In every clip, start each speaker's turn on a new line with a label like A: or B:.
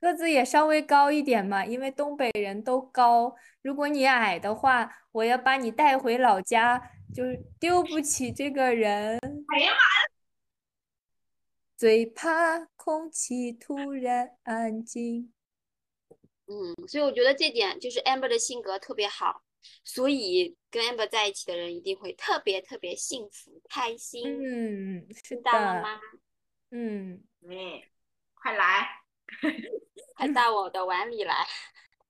A: 个子也稍微高一点嘛，因为东北人都高。如果你矮的话，我要把你带回老家，就是丢不起这个人。
B: 哎呀
A: 最怕空气突然安静。
B: 嗯，所以我觉得这点就是 Amber 的性格特别好，所以跟 Amber 在一起的人一定会特别特别幸福开心，
A: 嗯，是
B: 知道了
A: 的，
B: 吗？
A: 嗯，
C: 嗯，快来，
B: 快到我的碗 里来。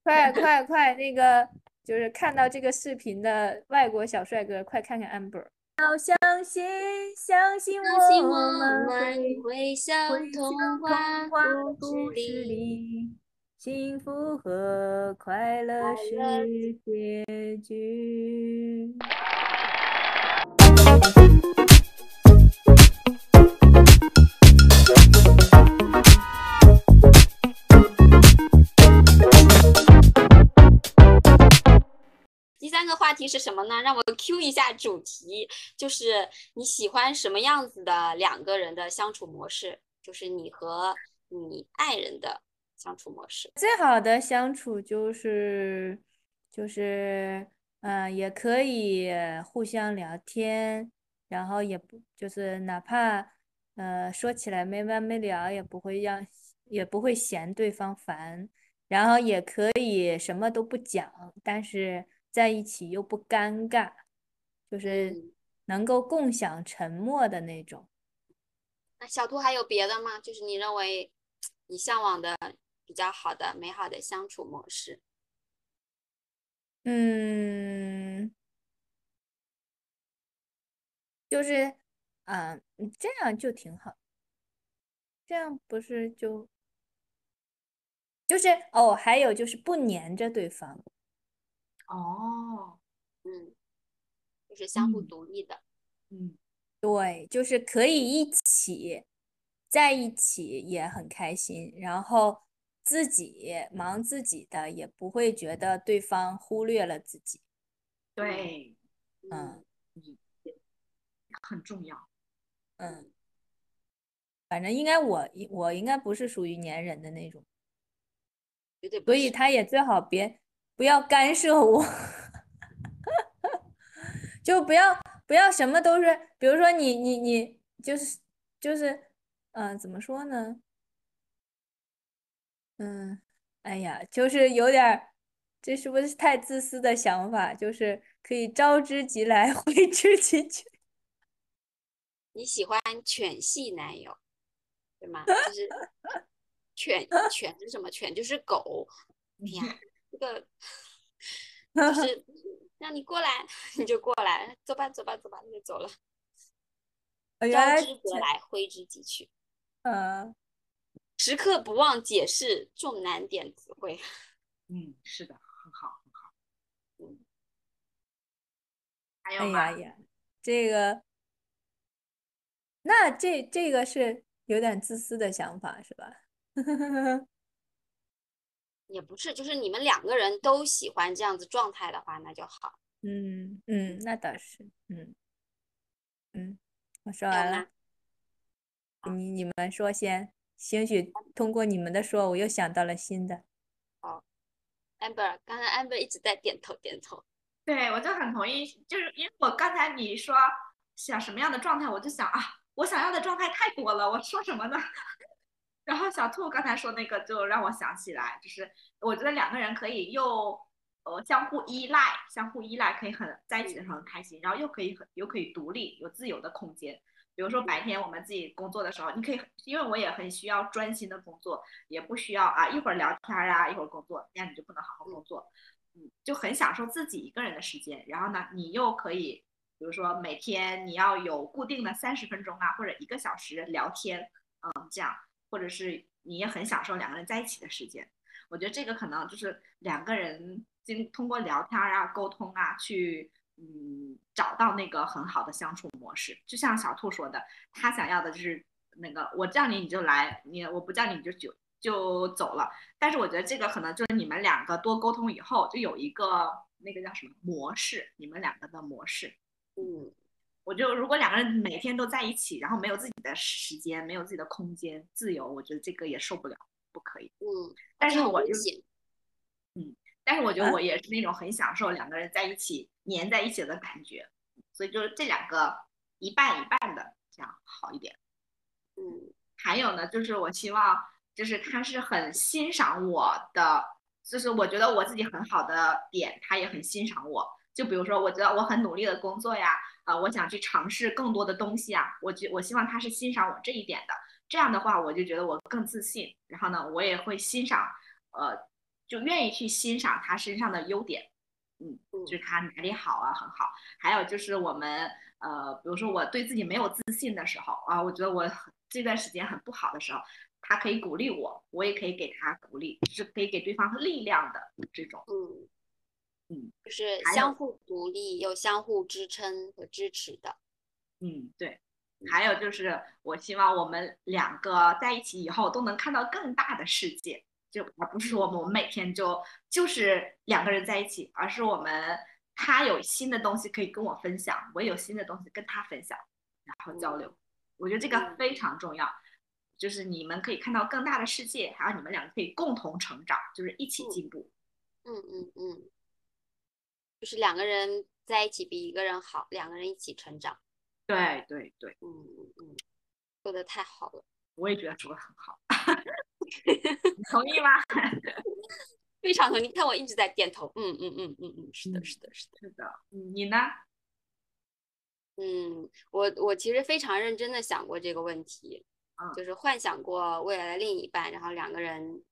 A: 快快快，那个就是看到这个视频的外国小帅哥，快看看 Amber。要相信，相信
B: 相信
A: 嗯我
B: 我
A: 们
B: 们
A: 会
B: 会
A: 会
B: 像童话
A: 像童话
B: 故
A: 故
B: 事
A: 事
B: 里。
A: 里，幸福和快乐
B: 快乐
A: 是结局。
B: 第三个话题是什么呢？让我 Q 一下主题，就是你喜欢什么样子的两个人的相处模式？就是你和你爱人的相处模式。
A: 最好的相处就是就是嗯、呃也可以互相聊天，然后也不就是哪怕呃说起来没完没了，也不会让也不会嫌对方烦，然后也可以什么都不讲，但是在一起又不尴尬，就是
B: 嗯，
A: 能够共享沉默的那种。
B: 那小兔还有别的吗？就是你认为你向往的比较好的、美好的相处模式？
A: 嗯，就是啊，嗯这样就挺好。这样不是就就是哦，还有就是不粘着对方，
C: 哦，
B: 嗯，就是相互
C: 嗯
B: 独立的。
C: 嗯，
A: 对，就是可以一起在一起也很开心，然后自己忙自己的，也不会觉得对方忽略了自己。
C: 对，
A: 嗯
B: 嗯
C: 很重要。
A: 嗯，反正应该我我应该不是属于粘人的那种，
B: 绝对不
A: 所以
B: 是。
A: 他也最好别不要干涉我。 就不要不要什么都是，比如说你你你就是就是，嗯、怎么说呢？嗯，哎呀，就是有点儿，这是不是太自私的想法？就是可以招之即来， 挥之即去。
B: 你喜欢犬系男友，对吗？就是犬，犬是什么？犬就是狗。哎呀，这个就是让你过来你就过来，走吧走吧走吧，那就走了。
A: 原
B: 招
A: 来
B: 之则
A: 这，
B: 来，挥之即去，
A: 呃，
B: 时刻不忘解释重难点词汇。
C: 嗯，是的，很好，很好。
B: 嗯，
C: 还
A: 哎呀
C: 有吗？
A: 呀，这个，那这这个是有点自私的想法，是吧？
B: 也不是，就是你们两个人都喜欢这样子状态的话，那就好。
A: 嗯嗯，那倒是，嗯嗯，我说
B: 还有
A: 完了。
B: 吗？
A: 你你们说先，兴许通过你们的说，我又想到了新的。
B: amber，刚才 amber 一直在点头点头。
C: 对，我就很同意，就是因为我刚才你说想什么样的状态，我就想啊，我想要的状态太多了，我说什么呢？ 然后小兔刚才说那个，就让我想起来，就是我觉得两个人可以又呃相互依赖，相互依赖可以很在一起的时候很开心，然后又可以很又可以独立，有自由的空间。比如说白天我们自己工作的时候，你可以，因为我也很需要专心的工作，也不需要啊一会儿聊天儿啊一会儿工作，那样你就不能好好工作。嗯，就很享受自己一个人的时间。然后呢，你又可以，比如说每天你要有固定的三十分钟啊，或者一个小时聊天，嗯，这样，或者是你也很享受两个人在一起的时间。我觉得这个可能就是两个人经通过聊天儿啊、沟通啊，去嗯找到那个很好的相处模式。就像小兔说的，他想要的就是那个我叫你你就来，你我不叫你你就就就走了。但是我觉得这个可能就是你们两个多沟通以后，就有一个那个叫什么模式，你们两个的模式。
B: 嗯，
C: 我就如果两个人每天都在一起，然后没有自己的时间，没有自己的空间自由，我觉得这个也受不了。不可以。
B: 嗯，
C: 但是
B: 这样
C: 我
B: 不
C: 就
B: 行，
C: 但是我觉得
A: 啊
C: 我也是那种很享受两个人在一起粘在一起的感觉，所以就是这两个一半一半的，这样好一点。
B: 嗯
C: 还有呢，就是我希望，就是他是很欣赏我的，就是我觉得我自己很好的点，他也很欣赏我。就比如说，我觉得我很努力的工作呀，呃，我想去尝试更多的东西啊，我觉我希望他是欣赏我这一点的。这样的话，我就觉得我更自信，然后呢，我也会欣赏，呃，就愿意去欣赏他身上的优点。
B: 嗯
C: 就是他哪里好啊，很好。还有就是我们呃，比如说我对自己没有自信的时候啊，我觉得我很这段时间很不好的时候，他可以鼓励我，我也可以给他鼓励，就是可以给对方力量的这种。
B: 嗯
C: 嗯，
B: 就是
C: 还有
B: 相互独立又相互支撑和支持的，
C: 嗯，对。还有就是，我希望我们两个在一起以后都能看到更大的世界，就而不是说我们每天就就是两个人在一起，而是我们他有新的东西可以跟我分享，我也有新的东西跟他分享，然后交流。我觉得这个
B: 嗯
C: 非常重要，就是你们可以看到更大的世界，还有你们两个可以共同成长，就是一起
B: 嗯
C: 进步。
B: 嗯嗯嗯，就是两个人在一起比一个人好，两个人一起成长，
C: 对对对，
B: 嗯嗯嗯，说的太好了，
C: 我也觉得说的很 好，你同意吗？
B: 非常同意，你看我一直在点头，嗯嗯嗯嗯嗯，是的，
C: 嗯
B: 是的，是的。
C: 是的，嗯你呢？
B: 嗯，我我其实非常认真的想过这个问题，
C: 嗯
B: 就是幻想过未来的另一半，然后两个人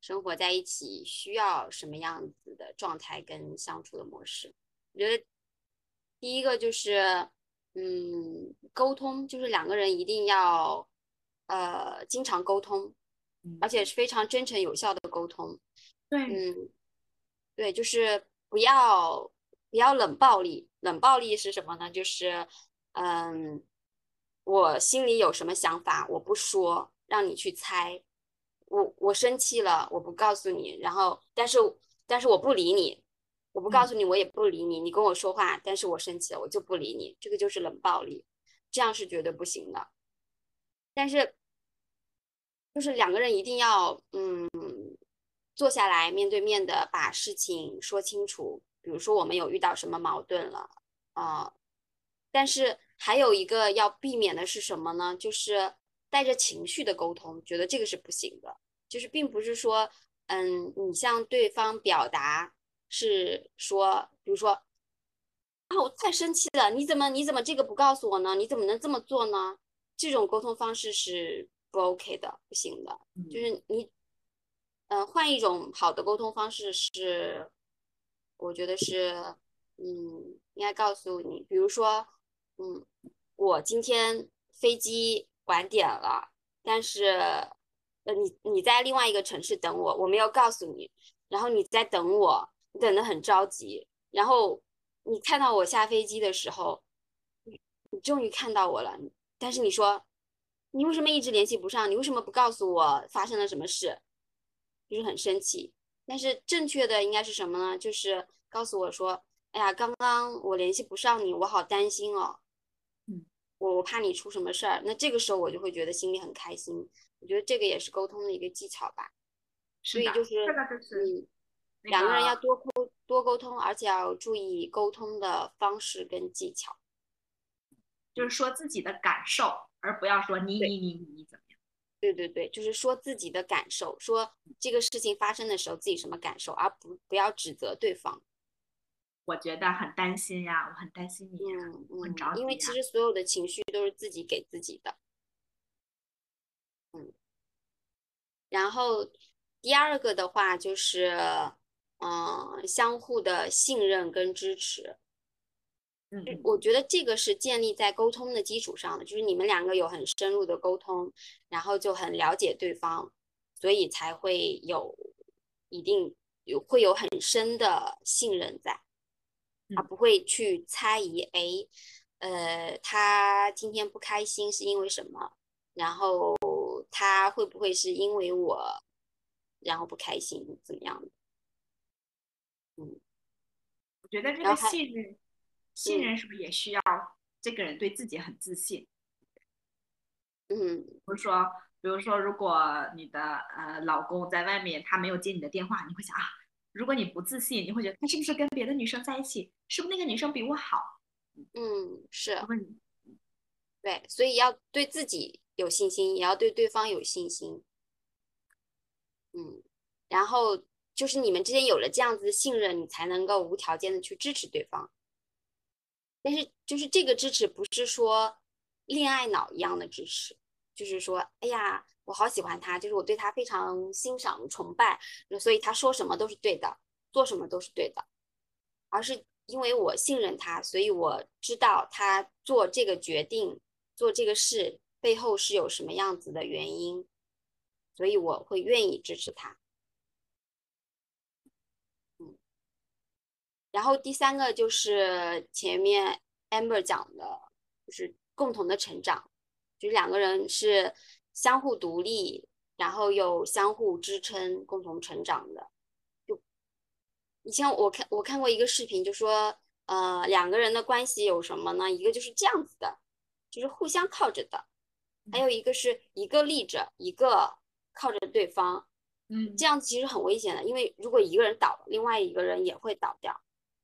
B: 生活在一起需要什么样子的状态跟相处的模式。我觉得第一个就是，嗯，沟通，就是两个人一定要呃经常沟通，而且是非常真诚有效的沟通。
C: 嗯对，
B: 嗯，对，就是不要不要冷暴力。冷暴力是什么呢？就是，嗯，我心里有什么想法，我不说，让你去猜。我我生气了，我不告诉你，然后但是但是我不理你，我不告
C: 嗯
B: 诉你，我也不理你。你跟我说话，但是我生气了，我就不理你，这个就是冷暴力，这样是绝对不行的。但是就是两个人一定要嗯坐下来面对面的把事情说清楚。比如说我们有遇到什么矛盾了啊、但是还有一个要避免的是什么呢？就是带着情绪的沟通，觉得这个是不行的。就是并不是说，嗯，你向对方表达是说，比如说。啊，我太生气了！你怎么你怎么这个不告诉我呢？你怎么能这么做呢？这种沟通方式是不 OK 的，不行的。
C: 嗯
B: 就是你，呃，换一种好的沟通方式是，我觉得是，嗯，应该告诉你，比如说，嗯，我今天飞机晚点了，但是，呃，你你在另外一个城市等我，我没有告诉你，然后你在等我，你等得很着急，然后你看到我下飞机的时候，你你终于看到我了，但是你说，你为什么一直联系不上？你为什么不告诉我发生了什么事？就是很生气。但是正确的应该是什么呢？就是告诉我说，哎呀，刚刚我联系不上你，我好担心哦。
C: 嗯，
B: 我我怕你出什么事儿。那这个时候我就会觉得心里很开心。我觉得这个也是沟通的一个技巧吧。所
C: 是
B: 以
C: 的，
B: 就是
C: 这个就是
B: 嗯，
C: 那
B: 两个人
C: 个
B: 要多沟多沟通，而且要注意沟通的方式跟技巧。
C: 就是说自己的感受，而不要说你
B: 对
C: 你你你你怎么样。
B: 对对对，就是说自己的感受，说这个事情发生的时候自己什么感受，而不不要指责对方。
C: 我觉得很担心呀，我很担心你呀，
B: 嗯
C: 我
B: 嗯
C: 很着，急
B: 因为其
C: 呀。
B: 实所有的情绪都是自己给自己的。嗯，然后第二个的话就是，嗯、相互的信任跟支持。
C: 嗯
B: 就
C: 嗯
B: 我觉得这个是建立在沟通的基础上的，就是你们两个有很深入的沟通，然后就很了解对方，所以才会有一定有会有很深的信任在，而
C: 嗯
B: 不会去猜疑，哎，呃，他今天不开心是因为什么？然后他会不会是因为我，然后不开心怎么样的？
C: 我觉得这
B: 然
C: 个
B: 后还
C: 信任，
B: 嗯
C: 信任是不是也需要这个人对自己很自信？
B: 嗯
C: 比如说，比比如说，如果你的呃老公在外面，他没有接你的电话，你会想啊，如果你不自信，你会觉得他是不是跟别的女生在一起？是不是那个女生比我好？
B: 嗯，是
C: 如果你
B: 对，所以要对自己有信心，也要对对方有信心。嗯，然后就是你们之间有了这样子的信任，你才能够无条件的去支持对方。但是就是这个支持不是说恋爱脑一样的支持，就是说，哎呀，我好喜欢他，就是我对他非常欣赏、崇拜，所以他说什么都是对的，做什么都是对的。而是因为我信任他，所以我知道他做这个决定、做这个事背后是有什么样子的原因，所以我会愿意支持他。嗯，然后第三个就是前面 Amber 讲的，就是共同的成长，就是两个人是相互独立，然后有相互支撑、共同成长的。以前我看我看过一个视频，就说呃两个人的关系有什么呢？一个就是这样子的，就是互相靠着的，还有一个是一个立着，一个靠着对方，
C: 嗯
B: 这样其实很危险的，因为如果一个人倒了，另外一个人也会倒掉。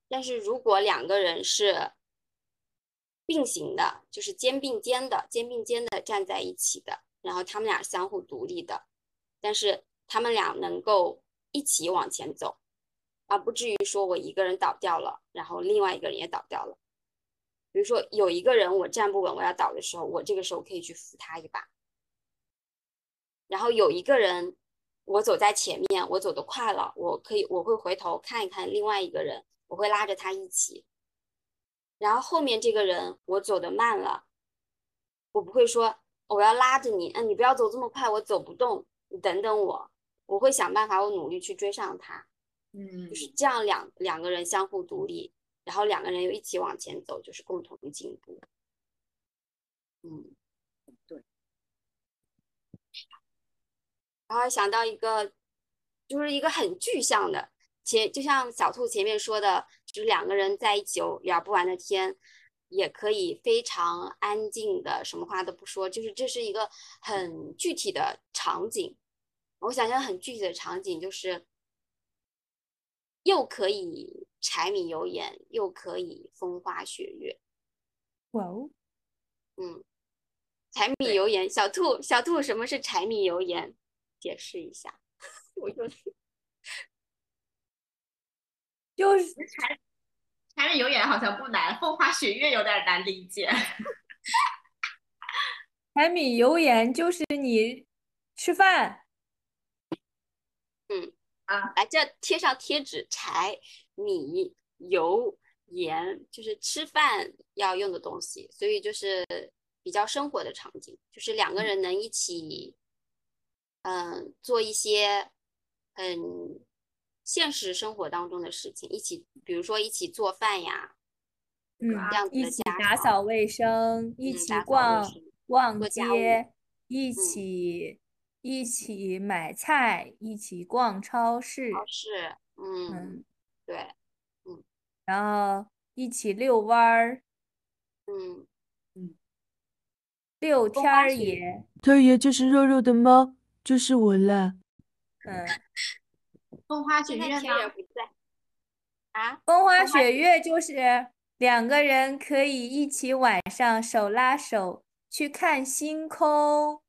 B: 但是如果两个人是并行的，就是肩并肩的，肩并肩的站在一起的，然后他们俩相互独立的，但是他们俩能够一起往前走，而不至于说我一个人倒掉了，然后另外一个人也倒掉了。比如说有一个人我站不稳，我要倒的时候，我这个时候可以去扶他一把。然后有一个人我走在前面，我走得快了，我可以我会回头看一看另外一个人，我会拉着他一起。然后后面这个人我走得慢了，我不会说我要拉着你，嗯，你不要走这么快，我走不动，你等等我，我会想办法，我努力去追上他。
C: 嗯
B: 就是这样两两个人相互独立，然后两个人又一起往前走，就是共同进步。嗯，
C: 对。
B: 然后想到一个，就是一个很具象的，前就像小兔前面说的，就是两个人在一起有聊不完的天，也可以非常安静的，什么话都不说，就是这是一个很具体的场景。我想象很具体的场景就是，又可以柴米油盐，又可以风花雪月。
A: 哇哦，
B: 嗯，柴米
C: 对
B: 油盐，小兔，小兔，什么是柴米油盐？解释一下。 我就
A: 就是
C: 柴米油盐好像不难，风花雪月有点难理解。
A: 柴米油盐，就是你吃饭，
B: 来哎这贴上贴纸，柴米油盐就是吃饭要用的东西，所以就是比较生活的场景，就是两个人能一起，嗯，做一些很现实生活当中的事情，一起，比如说一起做饭呀，
A: 嗯
B: 这样，子
A: 一
B: 的
A: 起
B: 家
A: 打
B: 常
A: 扫卫生，一
B: 嗯
A: 起
B: 打扫卫
A: 逛
B: 生
A: 逛
B: 做家
A: 街，一
B: 嗯
A: 起一起买菜，一起逛超市，
B: 超市，嗯，
A: 嗯，
B: 对，
A: 然后一起遛弯儿，
B: 嗯，
A: 遛
B: 风
A: 天
B: 花
A: 儿
B: 雪月
A: 爷，
D: 特爷就是肉肉的猫，就是我啦。
A: 嗯，
C: 风花雪
B: 现在
C: 月
B: 天也
C: 呢？
B: 不在啊，
A: 风花
B: 风花
A: 雪月就是两个人可以一起晚上手拉手去看星空，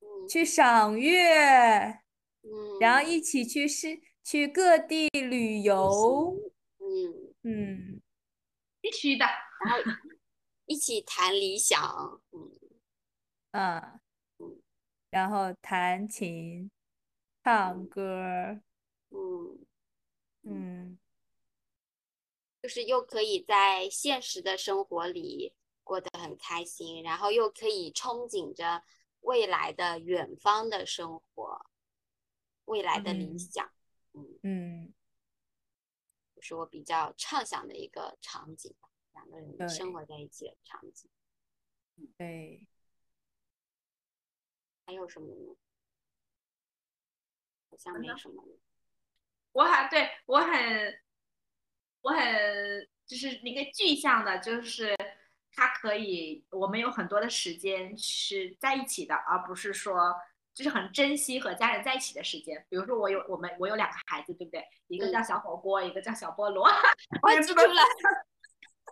B: 嗯
A: 去赏月，
B: 嗯，
A: 然后一起去是去各地旅游，
B: 嗯。
A: 嗯，
C: 必须的。
B: 然后一起谈理想，嗯，
A: 啊，然后弹琴、唱
B: 嗯
A: 歌，
B: 嗯，
A: 嗯，
B: 就是又可以在现实的生活里过得很开心，然后又可以憧憬着未来的远方的生活，未来的理
A: 嗯
B: 想，
A: 嗯，
B: 就是我比较畅想的一个场景吧，两个人生
A: 对
B: 活在一起的场景。
A: 对，
B: 还有什么呢？好像
C: 好
B: 没
C: 的
B: 什么了。
C: 我很对我很，我很就是那个具象的，就是它可以我们有很多的时间是在一起的，而不是说就是很珍惜和家人在一起的时间。比如说我有我们我有两个孩子，对不对？一个叫小火锅，一个叫小菠萝。
B: 我
C: 也
B: 记
C: 不
B: 住
C: 能
B: 了，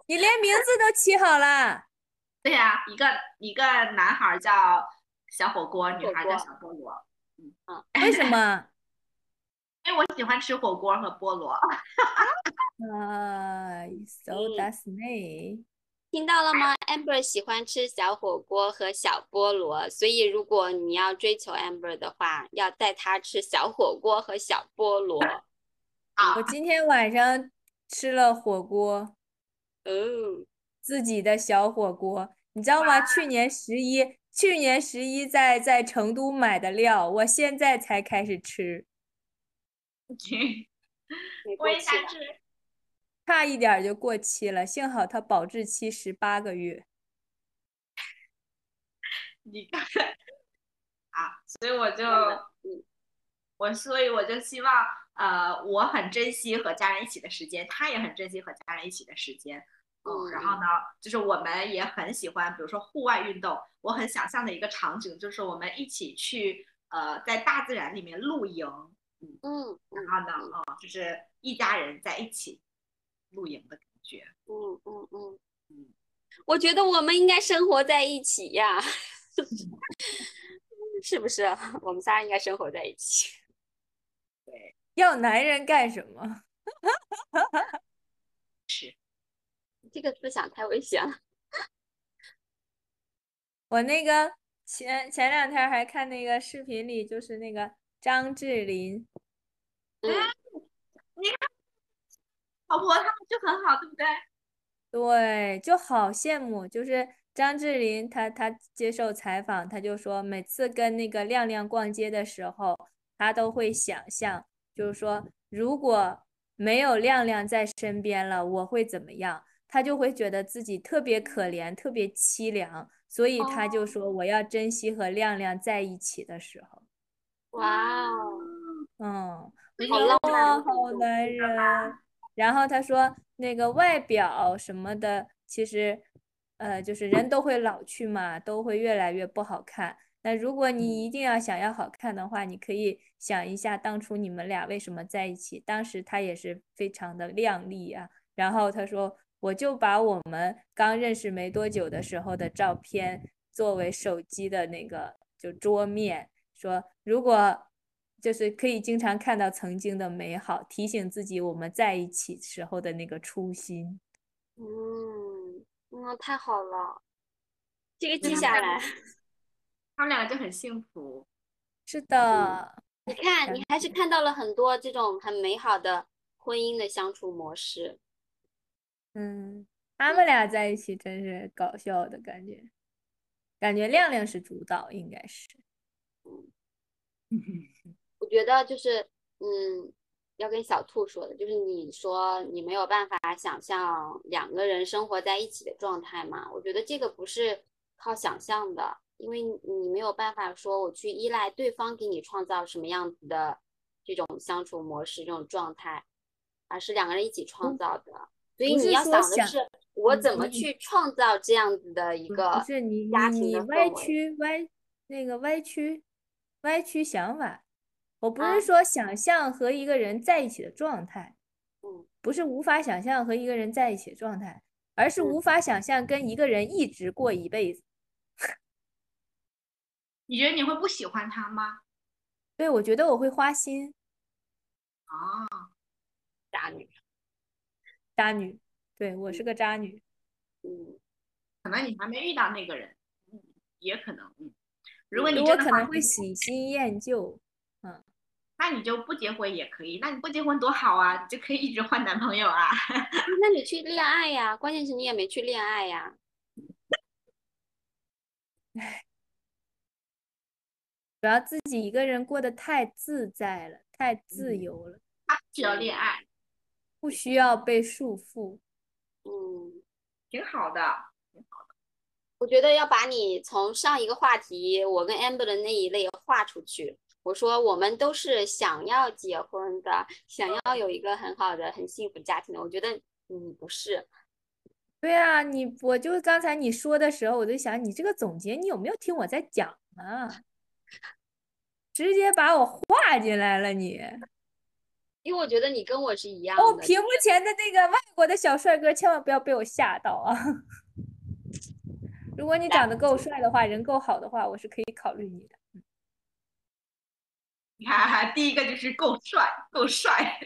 A: 你连名字都起好了，
C: 对呀、一个一个男孩叫小火锅，女
B: 火
C: 孩叫
B: 锅
C: 小菠萝。
A: 为什么？
C: 因为我喜欢吃火锅和菠萝。
A: 啊，so
B: 嗯
A: that's me。
B: 听到了吗？Amber 喜欢吃小火锅和小菠萝，所以如果你要追求 Amber 的话，要带她吃小火锅和小菠 萝。
C: 好
A: 我，今天晚上吃了火锅，
B: 哦，
A: 自己的小火锅，你知道吗？去年十一，去年十一在在成都买的料，我现在才开始吃，
B: 没
C: 我
B: 过
C: 也
B: 期
C: 想
B: 了。
C: 吃。
A: 差一点儿就过期了，幸好它保质期十八个月。
C: 你看，啊，所以我就
B: 的嗯，
C: 我所以我就希望，呃，我很珍惜和家人一起的时间，他也很珍惜和家人一起的时间。嗯，然后呢，就是我们也很喜欢，比如说户外运动。我很想象的一个场景就是我们一起去，呃，在大自然里面露营，
B: 嗯嗯
C: 然后呢，哦、就是一家人在一起露营的感觉。
B: 嗯嗯嗯
C: 嗯，
B: 我觉得我们应该生活在一起 呀，是不是？啊我们仨应该生活在一起。
A: 要男人干什么？
B: 这个思想太危险了。
A: 我那个前前两天还看那个视频里，就是那个张智霖，
B: 嗯，
C: 老婆哦他们就很好，对不对？
A: 对，就好羡慕。就是张智霖他，他接受采访，他就说，每次跟那个亮亮逛街的时候，他都会想象，就是说，如果没有亮亮在身边了，我会怎么样？他就会觉得自己特别可怜，特别凄凉，所以他就说，我要珍惜和亮亮在一起的时候。
B: 哇哦，
A: 嗯，我
B: 好
A: 觉
B: 浪
A: 得
B: 漫
A: 哇，
B: 的
A: 好
B: 一种
A: 男人。然后他说，那个外表什么的，其实，呃，就是人都会老去嘛，都会越来越不好看。那如果你一定要想要好看的话，你可以想一下当初你们俩为什么在一起。当时他也是非常的靓丽啊。然后他说，我就把我们刚认识没多久的时候的照片作为手机的那个就桌面，说如果就是可以经常看到曾经的美好，提醒自己我们在一起时候的那个初心。
B: 嗯，嗯，太好了，这个记
C: 嗯
B: 下来。
C: 他们两个就很幸福。
A: 是的，
B: 你看，你还是看到了很多这种很美好的婚姻的相处模式。
A: 嗯，他们俩在一起真是搞笑的感觉，感觉亮亮是主导，应该是。
B: 我觉得就是，嗯，要跟小兔说的，就是你说你没有办法想象两个人生活在一起的状态嘛。我觉得这个不是靠想象的，因为你你没有办法说我去依赖对方给你创造什么样子的这种相处模式、这种状态，而是两个人一起创造的。所
A: 嗯
B: 以
A: 不
B: 你
A: 是
B: 要
A: 说
B: 想的
A: 想
B: 是，我
A: 嗯
B: 怎么
A: 你
B: 去创造这样子的一
A: 不
B: 个
A: 不是你
B: 家
A: 你
B: 庭
A: 你
B: 的
A: 歪
B: 氛围
A: 曲歪那个歪曲歪曲想法，我不
B: 啊
A: 是说想象和一个人在一起的状态，
B: 嗯，
A: 不是无法想象和一个人在一起的状态，而是
B: 嗯
A: 无法想象跟一个人一直过一辈子。
C: 你觉得你会不喜欢他吗？
A: 对，我觉得我会花心，
C: 啊、
B: 渣女。
A: 渣女，对我是个渣女。
B: 嗯，
C: 可能你还没遇到那个人，嗯，也可能，嗯。如果
A: 我
C: 你真的
A: 可
C: 话
A: 能会喜新厌旧，
C: 那你就不结婚也可以。那你不结婚多好啊，你就可以一直换男朋友啊。
B: 那你去恋爱呀，关键是你也没去恋爱呀。
A: 主要自己一个人过得太自在了，太自
C: 嗯
A: 由了，
C: 他不需要恋爱，
A: 不需要被束缚。
B: 嗯，
C: 挺好的。
B: 我觉得要把你从上一个话题我跟 Amber 的那一类划出去。我说我们都是想要结婚的，想要有一个很好的、很幸福的家庭的。我觉得你不是，
A: 对啊，你我就刚才你说的时候，我就想你这个总结，你有没有听我在讲啊？直接把我划进来了你，
B: 因为我觉得你跟我是一样
A: 哦，
B: 的，
A: 屏幕前的那个外国的小帅哥千万不要被我吓到啊！ 如果你长得够帅的话，人够好的话，我是可以考虑你的。
C: 你看，第一个就是够帅，够帅。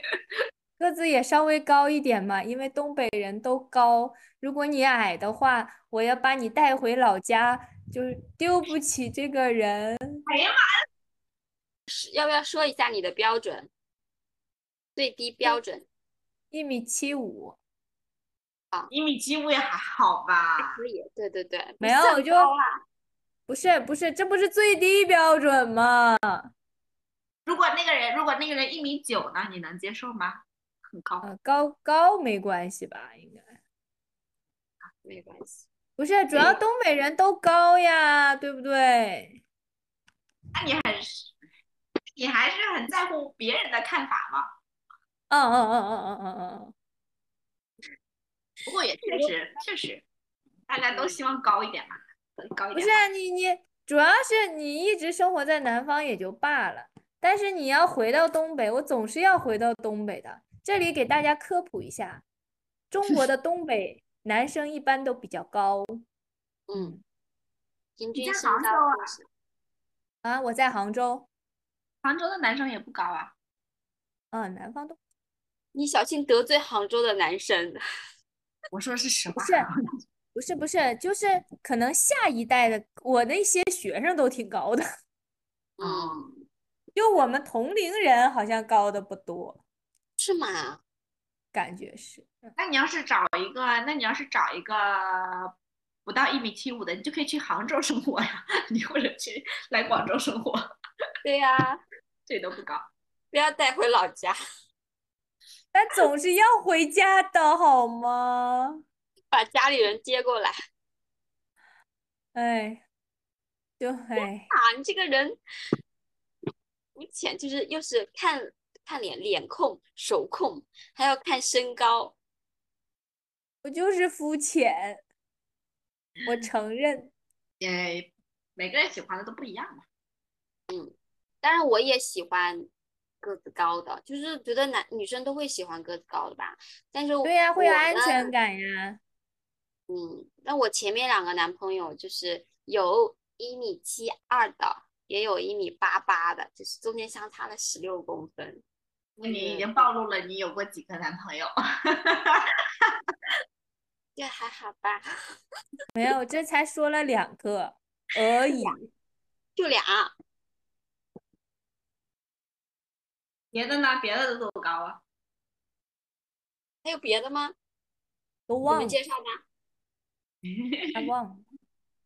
A: 个子也稍微高一点嘛，因为东北人都高。如果你矮的话，我要把你带回老家，就是丢不起这个人。
C: 哎
B: 是要不要说一下你的标准？最低标准
A: 一米七五，
C: 一米七五也还好吧？
B: 可以，对对对，不
A: 没有
B: 算
A: 我就
B: 高啊
A: 不是不是，这不是最低标准吗？
C: 如果那个人，如果那个人一米九呢，你能接受吗？很高。
A: 呃，高高没关系吧？应该
B: 没关系。
A: 不是，主要东北人都高呀，对不对？
C: 你还是很在乎别人的看法吗？
A: 嗯嗯嗯嗯嗯嗯嗯嗯。
C: 不过也确实，确实，大家都希望高一点嘛，高
A: 不
C: 一点
A: 是
C: 嘛。
A: 啊，你你主要是你一直生活在南方也就罢了，但是你要回到东北，我总是要回到东北的。这里给大家科普一下，中国的东北男生一般都比较高
B: 嗯，平均
C: 在
B: 身高
C: 杭州啊
B: 确实
A: 啊。我在杭州，
C: 杭州的男生也不高啊。
A: 嗯，南方都
B: 你小心得罪杭州的男生。
C: 我说的是啊实话
A: 不是，不是不是，就是可能下一代的我那些学生都挺高的，
B: 嗯，
C: 嗯，
A: 就我们同龄人好像高的不多，
B: 是吗？
A: 感觉是。嗯
C: 那你要是找一个，那你要是找一个不到一米七五的，你就可以去杭州生活呀， 你或者去来广州生活，
B: 对呀、
C: 这都不高。
B: 不要带回老家，
A: 但总是要回家的好吗？
B: 把家里人接过来
A: 哎，就哎，
B: 啊！你这个人，肤浅，就是又是看看脸脸控、手控，还要看身高。
A: 我就是肤浅，我承认。
C: 也每个人喜欢的都不一样嘛。
B: 当然，我也喜欢个子高的，就是觉得男女生都会喜欢个子高的吧。但是
A: 对呀，会有
B: 我
A: 安
B: 呢
A: 全感呀。
B: 嗯，那我前面两个男朋友就是有一米七二的，也有一米八八的，就是中间相差了十六公分。
C: 那你已
B: 嗯
C: 经暴露了你有过几个男朋友，
B: 这还好吧，
A: 没有，这才说了两个而已。
B: 就俩，
C: 别的呢？别的都多高啊？
B: 还有别的吗？
A: 都
B: 你
A: 忘
B: 们
A: 了，
B: 介绍吧。
A: 他忘了。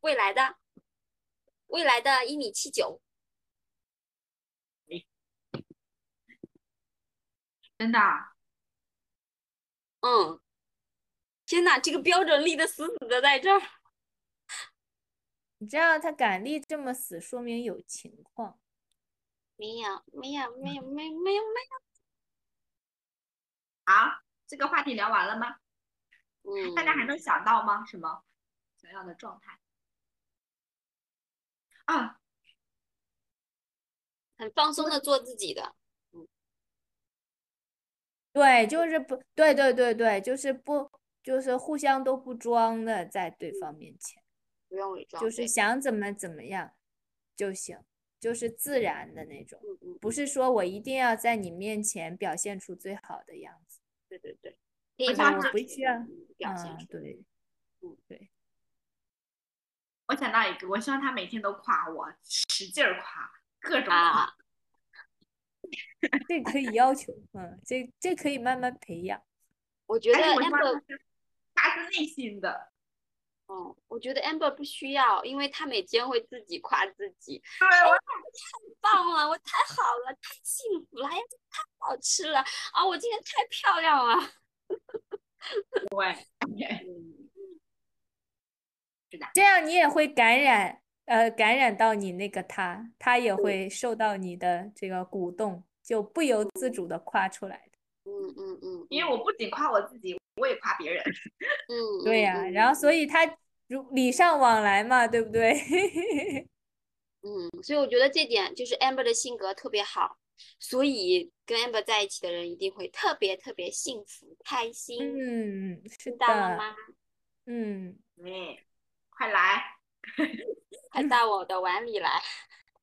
B: 未来的，未来的一米七九，
C: 真的啊？
B: 嗯，天哪，这个标准立得死死的在这儿。
A: 你知道他敢立这么死，说明有情况。
B: 没有，没有，没有，没有，没有，
C: 啊，这个话题聊完了吗？
B: 没有。
C: 大家还
B: 嗯，
C: 能想到吗？什么想要的状态？啊，
B: 很放松的做自己的，
A: 对，就是不，对对对对，就是不，就是互相都不装的，在对方面前，
B: 不用伪嗯装。
A: 就是
B: 对
A: 想怎么怎么样就行，就是自然的那种。
B: 嗯嗯，
A: 不是说我一定要在你面前表现出最好的样子，
B: 对对对，可以
C: 我
B: 放
C: 想
B: 大
A: 回
B: 自己
A: 去啊
B: 嗯表现
A: 嗯
B: 出。嗯
A: 对，
C: 我想到一个，我希望他每天都夸我，使劲儿夸，各种夸。
B: 啊，
A: 这可以要求，嗯，这这可以慢慢培养。
B: 哎我觉得
C: 但是我希望
B: Amber
C: 他是发自内心的。
B: 哦，我觉得 Amber 不需要，因为她每天会自己夸自己，
C: 对，我
B: 棒了，我太好了，太幸福了，哎呀，这太好吃了啊，我今天太漂亮了。嗯，
A: 这样你也会感染，呃，感染到你那个他，他也会受到你的这个鼓动，就不由自主的夸出来的。
B: 嗯嗯嗯，
C: 因为我不仅夸我自己，我也夸别人。
B: 嗯，
A: 对呀、然后所
B: 以
A: 以他如礼尚往来嘛，对不对？
B: 嗯，所以我觉得这点就是 Amber 的性格特别好，所以跟 Amber 在一起的人一定会特别特别幸福开心。
A: 嗯，是
B: 知道了
A: 的，
B: 吗？
A: 嗯，
C: 哎，快来！
B: 快到我的碗里来。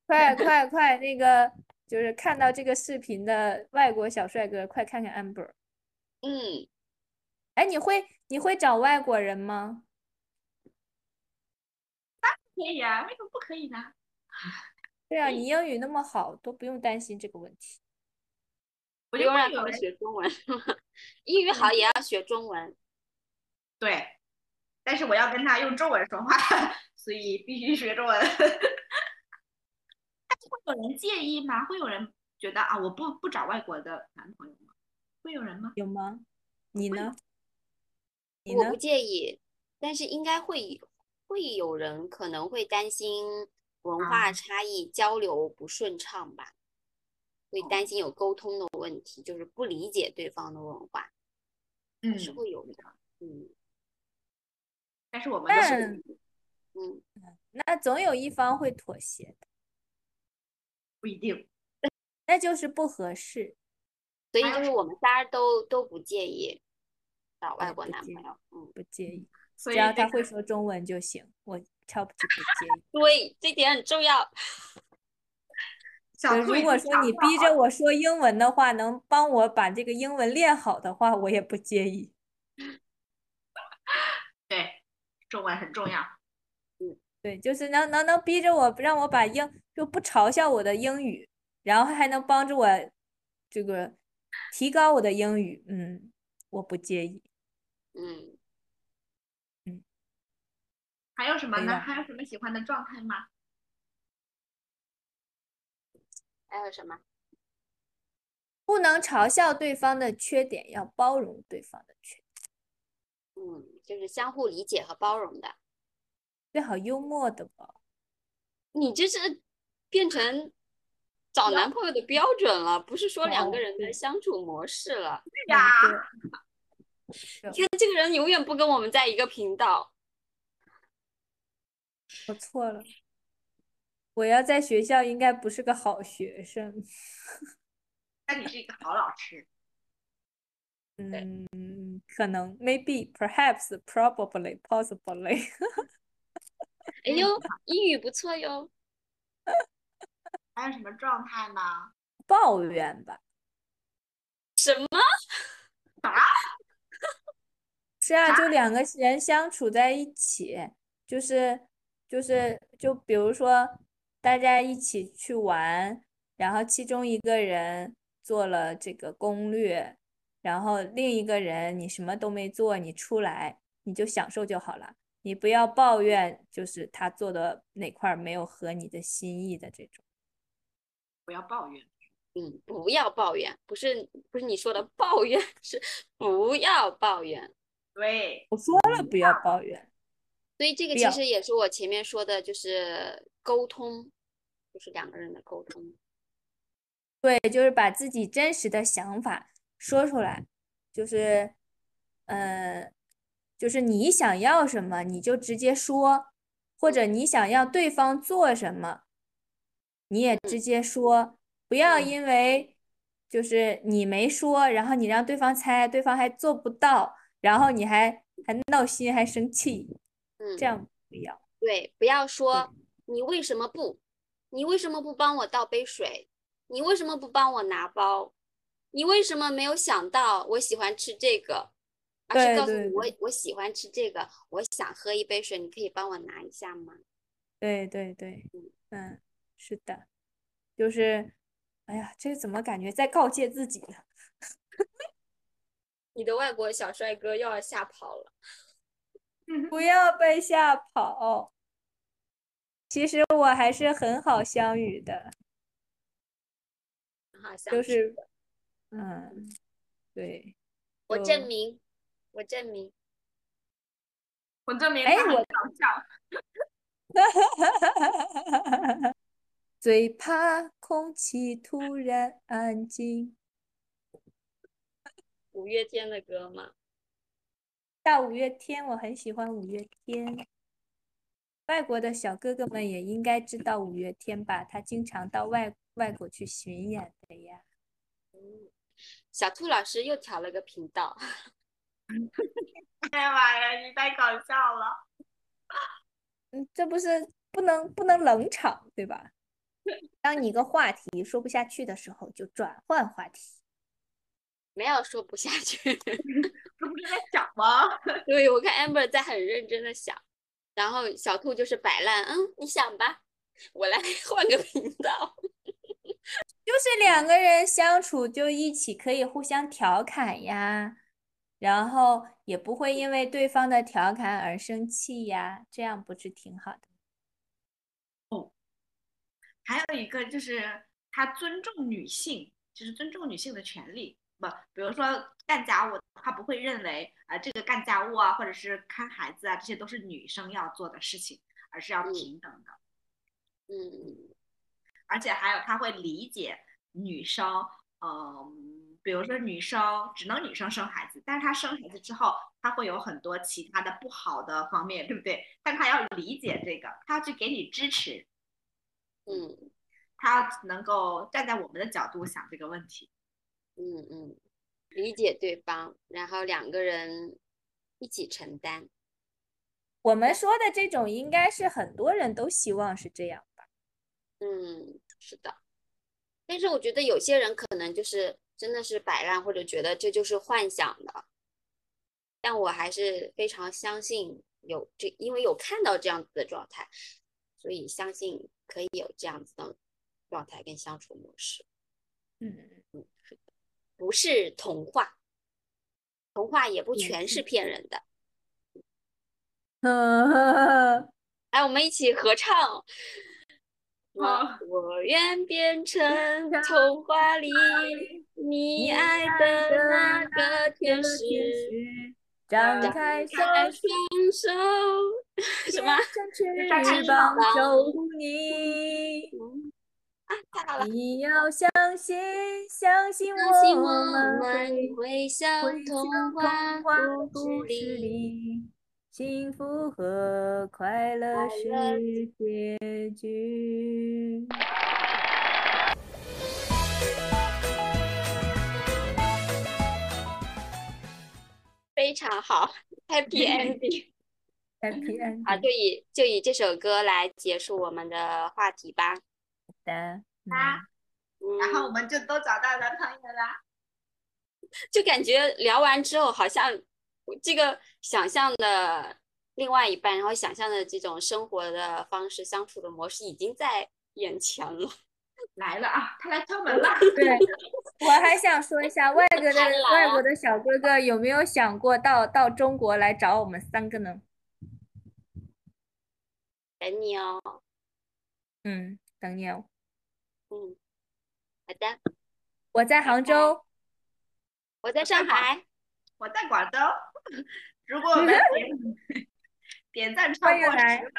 A: 快快快，那个就是看到这个视频的外国小帅哥，快看看 Amber。
B: 嗯，
A: 哎，你会你会找外国人吗？
C: 可以啊，为什么不可以呢？
A: 对啊，
B: 可以
A: 你英语那么好，都不用担心这个问题。
B: 不
C: 我就
B: 用
C: 会
B: 让
C: 有
B: 他们
C: 人嗯
B: 学中文， 英语好也要学中文。
C: 对，但是我要跟他用中文说话， 所以必须学中文。 但是会有人介意吗？会有人觉得啊，我不不找外国的男朋友吗？会有人吗？
A: 有吗？你呢？你
B: 我
A: 呢
B: 不？介意，但是应该会有会有人可能会担心文化差异，交流不顺畅吧，会
C: 哦
B: 担心有沟通的问题，就是不理解对方的文化，
C: 嗯
B: 是会有的。嗯
C: 但是我们都是
A: 但
B: 嗯，
A: 那总有一方会妥协的，
C: 不一定。
A: 那就是不合适。
B: 所以
C: 还有
B: 就是我们仨都都不介意找外
A: 对
B: 国
A: 不
B: 男
A: 介
B: 朋
A: 意
B: 友。嗯，
A: 不介意，
C: 所
A: 只
C: 以
A: 要
C: 这
A: 他
C: 个
A: 会说中文就行。我超级不介意。
B: 对，这点很重要。
C: 小
A: 就
C: 兔啊
A: 如
C: 已
A: 果
C: 经
A: 说
C: 想
A: 你
C: 到
A: 逼着我说英文的话，能帮我把这个英文练好的话，我也不介意。
C: 对中文很重要。
A: 对，就是能能能逼着我，让我把英就不嘲笑我的英语，然后还能帮助我这个提高我的英语，嗯，我不介意。
B: 嗯，
C: 还有什么
A: 对
C: 呢？
A: 呀
C: 还有什么喜欢的状态吗？
B: 还有什么？
A: 不能嘲笑对方的缺点，要包容对方的缺点，
B: 嗯，就是相互理解和包容的。
A: 最好幽默的吧。
B: 你这是变成找男朋友的标准了，不是说两个人的相处模式了。
A: 嗯
C: 对呀、
A: 对
B: 你看这个人永远不跟我们在一个频道，
A: 我错了，我要在学校应该不是个好学生。
C: 那你是一个好老师。
A: 嗯，Mm, 可能 maybe perhaps probably possibly，
B: 哎呦，英语不错哟。
C: 还有什么状态呢？
A: 抱怨吧。
B: 什么？
A: 是啊，
C: 啥
A: 就两个人相处在一起，就是就是就比如说大家一起去玩，然后其中一个人做了这个攻略，然后另一个人你什么都没做，你出来你就享受就好了，你不要抱怨，就是他做的哪块儿没有合你的心意的这种。
C: 不要抱怨。
B: 嗯，不要抱怨，不是不是你说的抱怨， 是不要抱怨。
C: 对，
A: 我说了不要抱怨，
B: 所以这个
A: 不
B: 其
A: 要
B: 实也是我前面说的，就是沟通，就是两个人的沟通。
A: 对，就是把自己真实的想法说出来，就是，呃，就是你想要什么，你就直接说，或者你想要对方做什么，你也直接说，不要
B: 嗯
A: 因为就是你没说，然后你让对方猜，对方还做不到，然后你还还闹心，还生气，
B: 嗯，
A: 这样嗯不要。
B: 对，不要说你为什么不，你为什么不帮我倒杯水？你为什么不帮我拿包？你为什么没有想到我喜欢吃这个？而是
A: 对
B: 告诉
A: 对
B: 你我我喜欢吃这个，我想喝一杯水，你可以帮我拿一下吗？
A: 对对对，嗯，是的，就是，哎呀，这怎么感觉在告诫自己呢？
B: 你的外国小帅哥又要吓跑了。
C: 嗯
A: 不要被吓跑。其实我还是很好相遇的，
B: 哈，
A: 就
B: 想吃
A: 是，嗯，对，
B: 我证
A: 就
B: 明，我证明，
C: 我证明
A: 哎
C: 他很
A: 我
C: 搞笑。
A: 最怕空气突然安静。
B: 五月天的歌吗？
A: 大五月天，我很喜欢五月天。外国的小哥哥们也应该知道五月天吧？他经常到外外国去巡演的呀。
B: 小兔老师又调了个频道，
C: 哎呀妈呀，你太搞笑了！
A: 嗯，这不是不能不能冷场，对吧？ 当你一个话题说不下去的时候，就转换话题。
B: 没有说不下去。
C: 这不是在想吗？
B: 对，我看 Amber 在很认真的想，然后小兔就是摆烂，嗯，你想吧，我来 换个频道。
A: 就是两个人相处就一起可以互相调侃呀，然后也不会因为对方的调侃而生气呀，这样不是挺好的？
C: 还有一个就是他尊重女性，就是尊重女性的权利。不，比如说干家务，他不会认为啊、呃这个干家务啊，或者是看孩子啊，这些都是女生要做的事情，而是要
B: 嗯
C: 平等的。
B: 嗯，
C: 而且还有他会理解女生，嗯、比如说女生只能女生生孩子，但是她生孩子之后，她会有很多其他的不好的方面，对不对？但她要理解这个，她要去给你支持，
B: 嗯
C: 她要能够站在我们的角度想这个问题。
B: 嗯嗯，理解对方，然后两个人一起承担。
A: 我们说的这种应该是很多人都希望是这样吧？
B: 嗯，是的。但是我觉得有些人可能就是真的是摆烂，或者觉得这就是幻想的。但我还是非常相信有这，因为有看到这样子的状态，所以相信可以有这样子的状态跟相处模式，
A: 嗯，
B: 不是童话，童话也不
D: 也
B: 全是
D: 是
B: 骗人的。
A: 嗯，
B: 来，哎我们一起合唱。什么
C: 好
B: 我愿变成童话里你爱的那个天使，
A: 张
B: 张
A: 开双
B: 开
A: 手，
B: 双手， 什么？
A: 伸
C: 张
A: 出
C: 开
A: 翅
C: 翅
A: 膀
B: 膀
A: 守护你。
B: 嗯啊，太好了！
A: 你要相信，相信
B: 相信我
A: 们
B: 们
A: 会
B: 会像
A: 会像
B: 童话故
A: 故
B: 事
A: 事
B: 里
A: 里，幸福和快乐
B: 快乐
A: 是结 局。
B: 非常好，Happy Ending。
A: Happy ending
B: 好，就以就以这首歌来结束我们的话题吧。
A: 的，嗯
C: 啊，然后我
B: 嗯
C: 们就都找到男朋友啦。
B: 就感觉聊完之后，好像我这个想象的另外一半，然后想象的这种生活的方式、相处的模式已经在眼前了。
C: 来了啊，他来敲 门了。
A: 对，我还想说一下，外国的
B: 贪婪
A: 外国的小哥哥有没有想过到到中国来找我们三个呢？
B: 等你哦，
A: 嗯，等你哦，
B: 嗯，好的，
A: 我在杭州，
B: 我在上海，
C: 我在广州，如果我们点点赞超
A: 欢迎
C: 过十
A: 来
C: 万，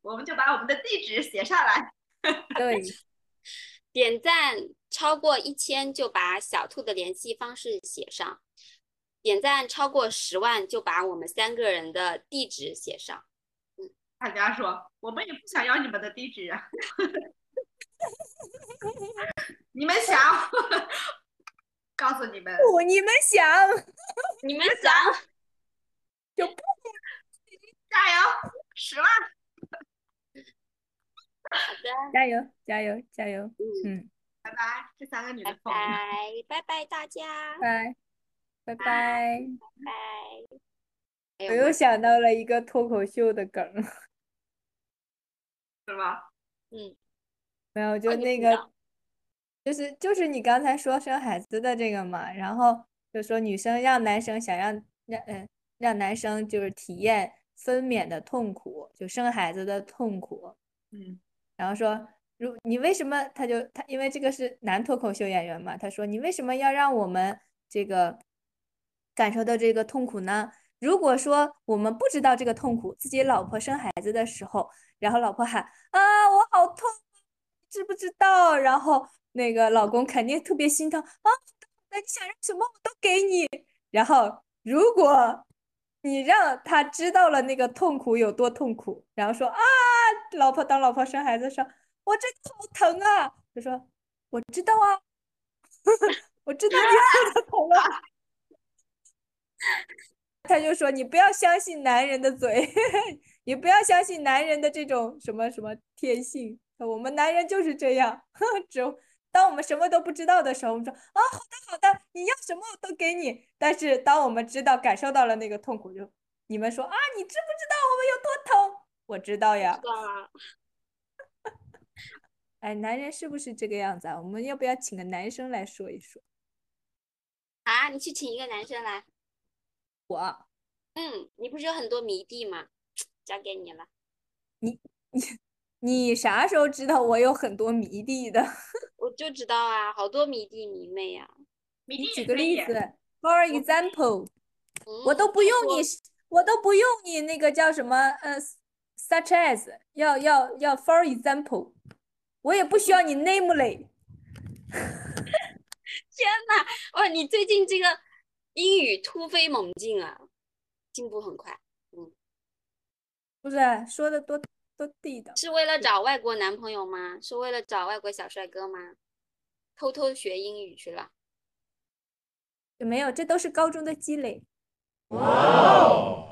C: 我们就把我们的地址写上来。
A: 对，
B: 点赞超过一千就把小兔的联系方式写上，点赞超过十万就把我们三个人的地址写上。
C: 大家说，我们也不想要你们的地址啊。 你们想，告诉你们，
A: 不，你们想
B: 你们想，
A: 就不
C: 加油，十万！
B: 好的，
A: 加油加油加油，
B: 嗯，
A: 嗯，
C: 拜拜，这三个女
B: 拜
C: 的疯了。
B: 拜，拜拜大家，拜
A: 拜拜拜。
B: 拜。哎
A: 我
B: 呦
A: 又想到了一个脱口秀的梗，
C: 是吗？
B: 嗯，
A: 没有，就
B: 你
A: 那
B: 知
A: 个
B: 道，
A: 就是就是你刚才说生孩子的这个嘛，然后就说女生让男生想让让嗯让男生就是体验分娩的痛苦，就生孩子的痛苦，
C: 嗯，
A: 然后说如你为什么他就他因为这个是男脱口秀演员嘛，他说你为什么要让我们这个感受到这个痛苦呢？如果说我们不知道这个痛苦，自己老婆生孩子的时候，然后老婆喊啊我好痛，知不知道？然后那个老公肯定特别心疼啊，那你想要什么我都给你。然后如果你让他知道了那个痛苦有多痛苦，然后说啊，老婆当老婆生孩子说，我真的好疼啊，就说我知道啊， 我知道你好疼啊，他就说你不要相信男人的嘴， 也不要相信男人的这种什么什么天性，我们男人就是这样， 只当我们什么都不知道的时候，我们说啊，好的好的，你要什么我都给你。但是当我们知道、感受到了那个痛苦，就你们说啊，你知不知道我们有多疼？我知道呀
B: 知。道啊，
A: 哎，男人是不是这个样子啊？我们要不要请个男生来说一说？
B: 啊，你去请一个男生来。
A: 我，啊
B: 嗯，你不是有很多迷弟吗？交给你了。
A: 你啥时候知道我有很多迷弟的？
B: 我就知道啊，好多迷弟迷妹啊呀、
C: 迷
A: 你
C: 弟
A: 举
C: 也
A: 个
C: 可以
A: 例，子，for example，我
B: 嗯
A: 都不用你，我都不用你那个叫什么呃，such as，要要要，for example，我也不需要你 namely。
B: 天呐，哇，你最近这个英语突飞猛进啊，进步很快，
A: 不是说的多多地道，
B: 是为了找外国男朋友吗？是为了找外国小帅哥吗？偷偷学英语去了。
A: 没有，这都是高中的积累。
E: Wow!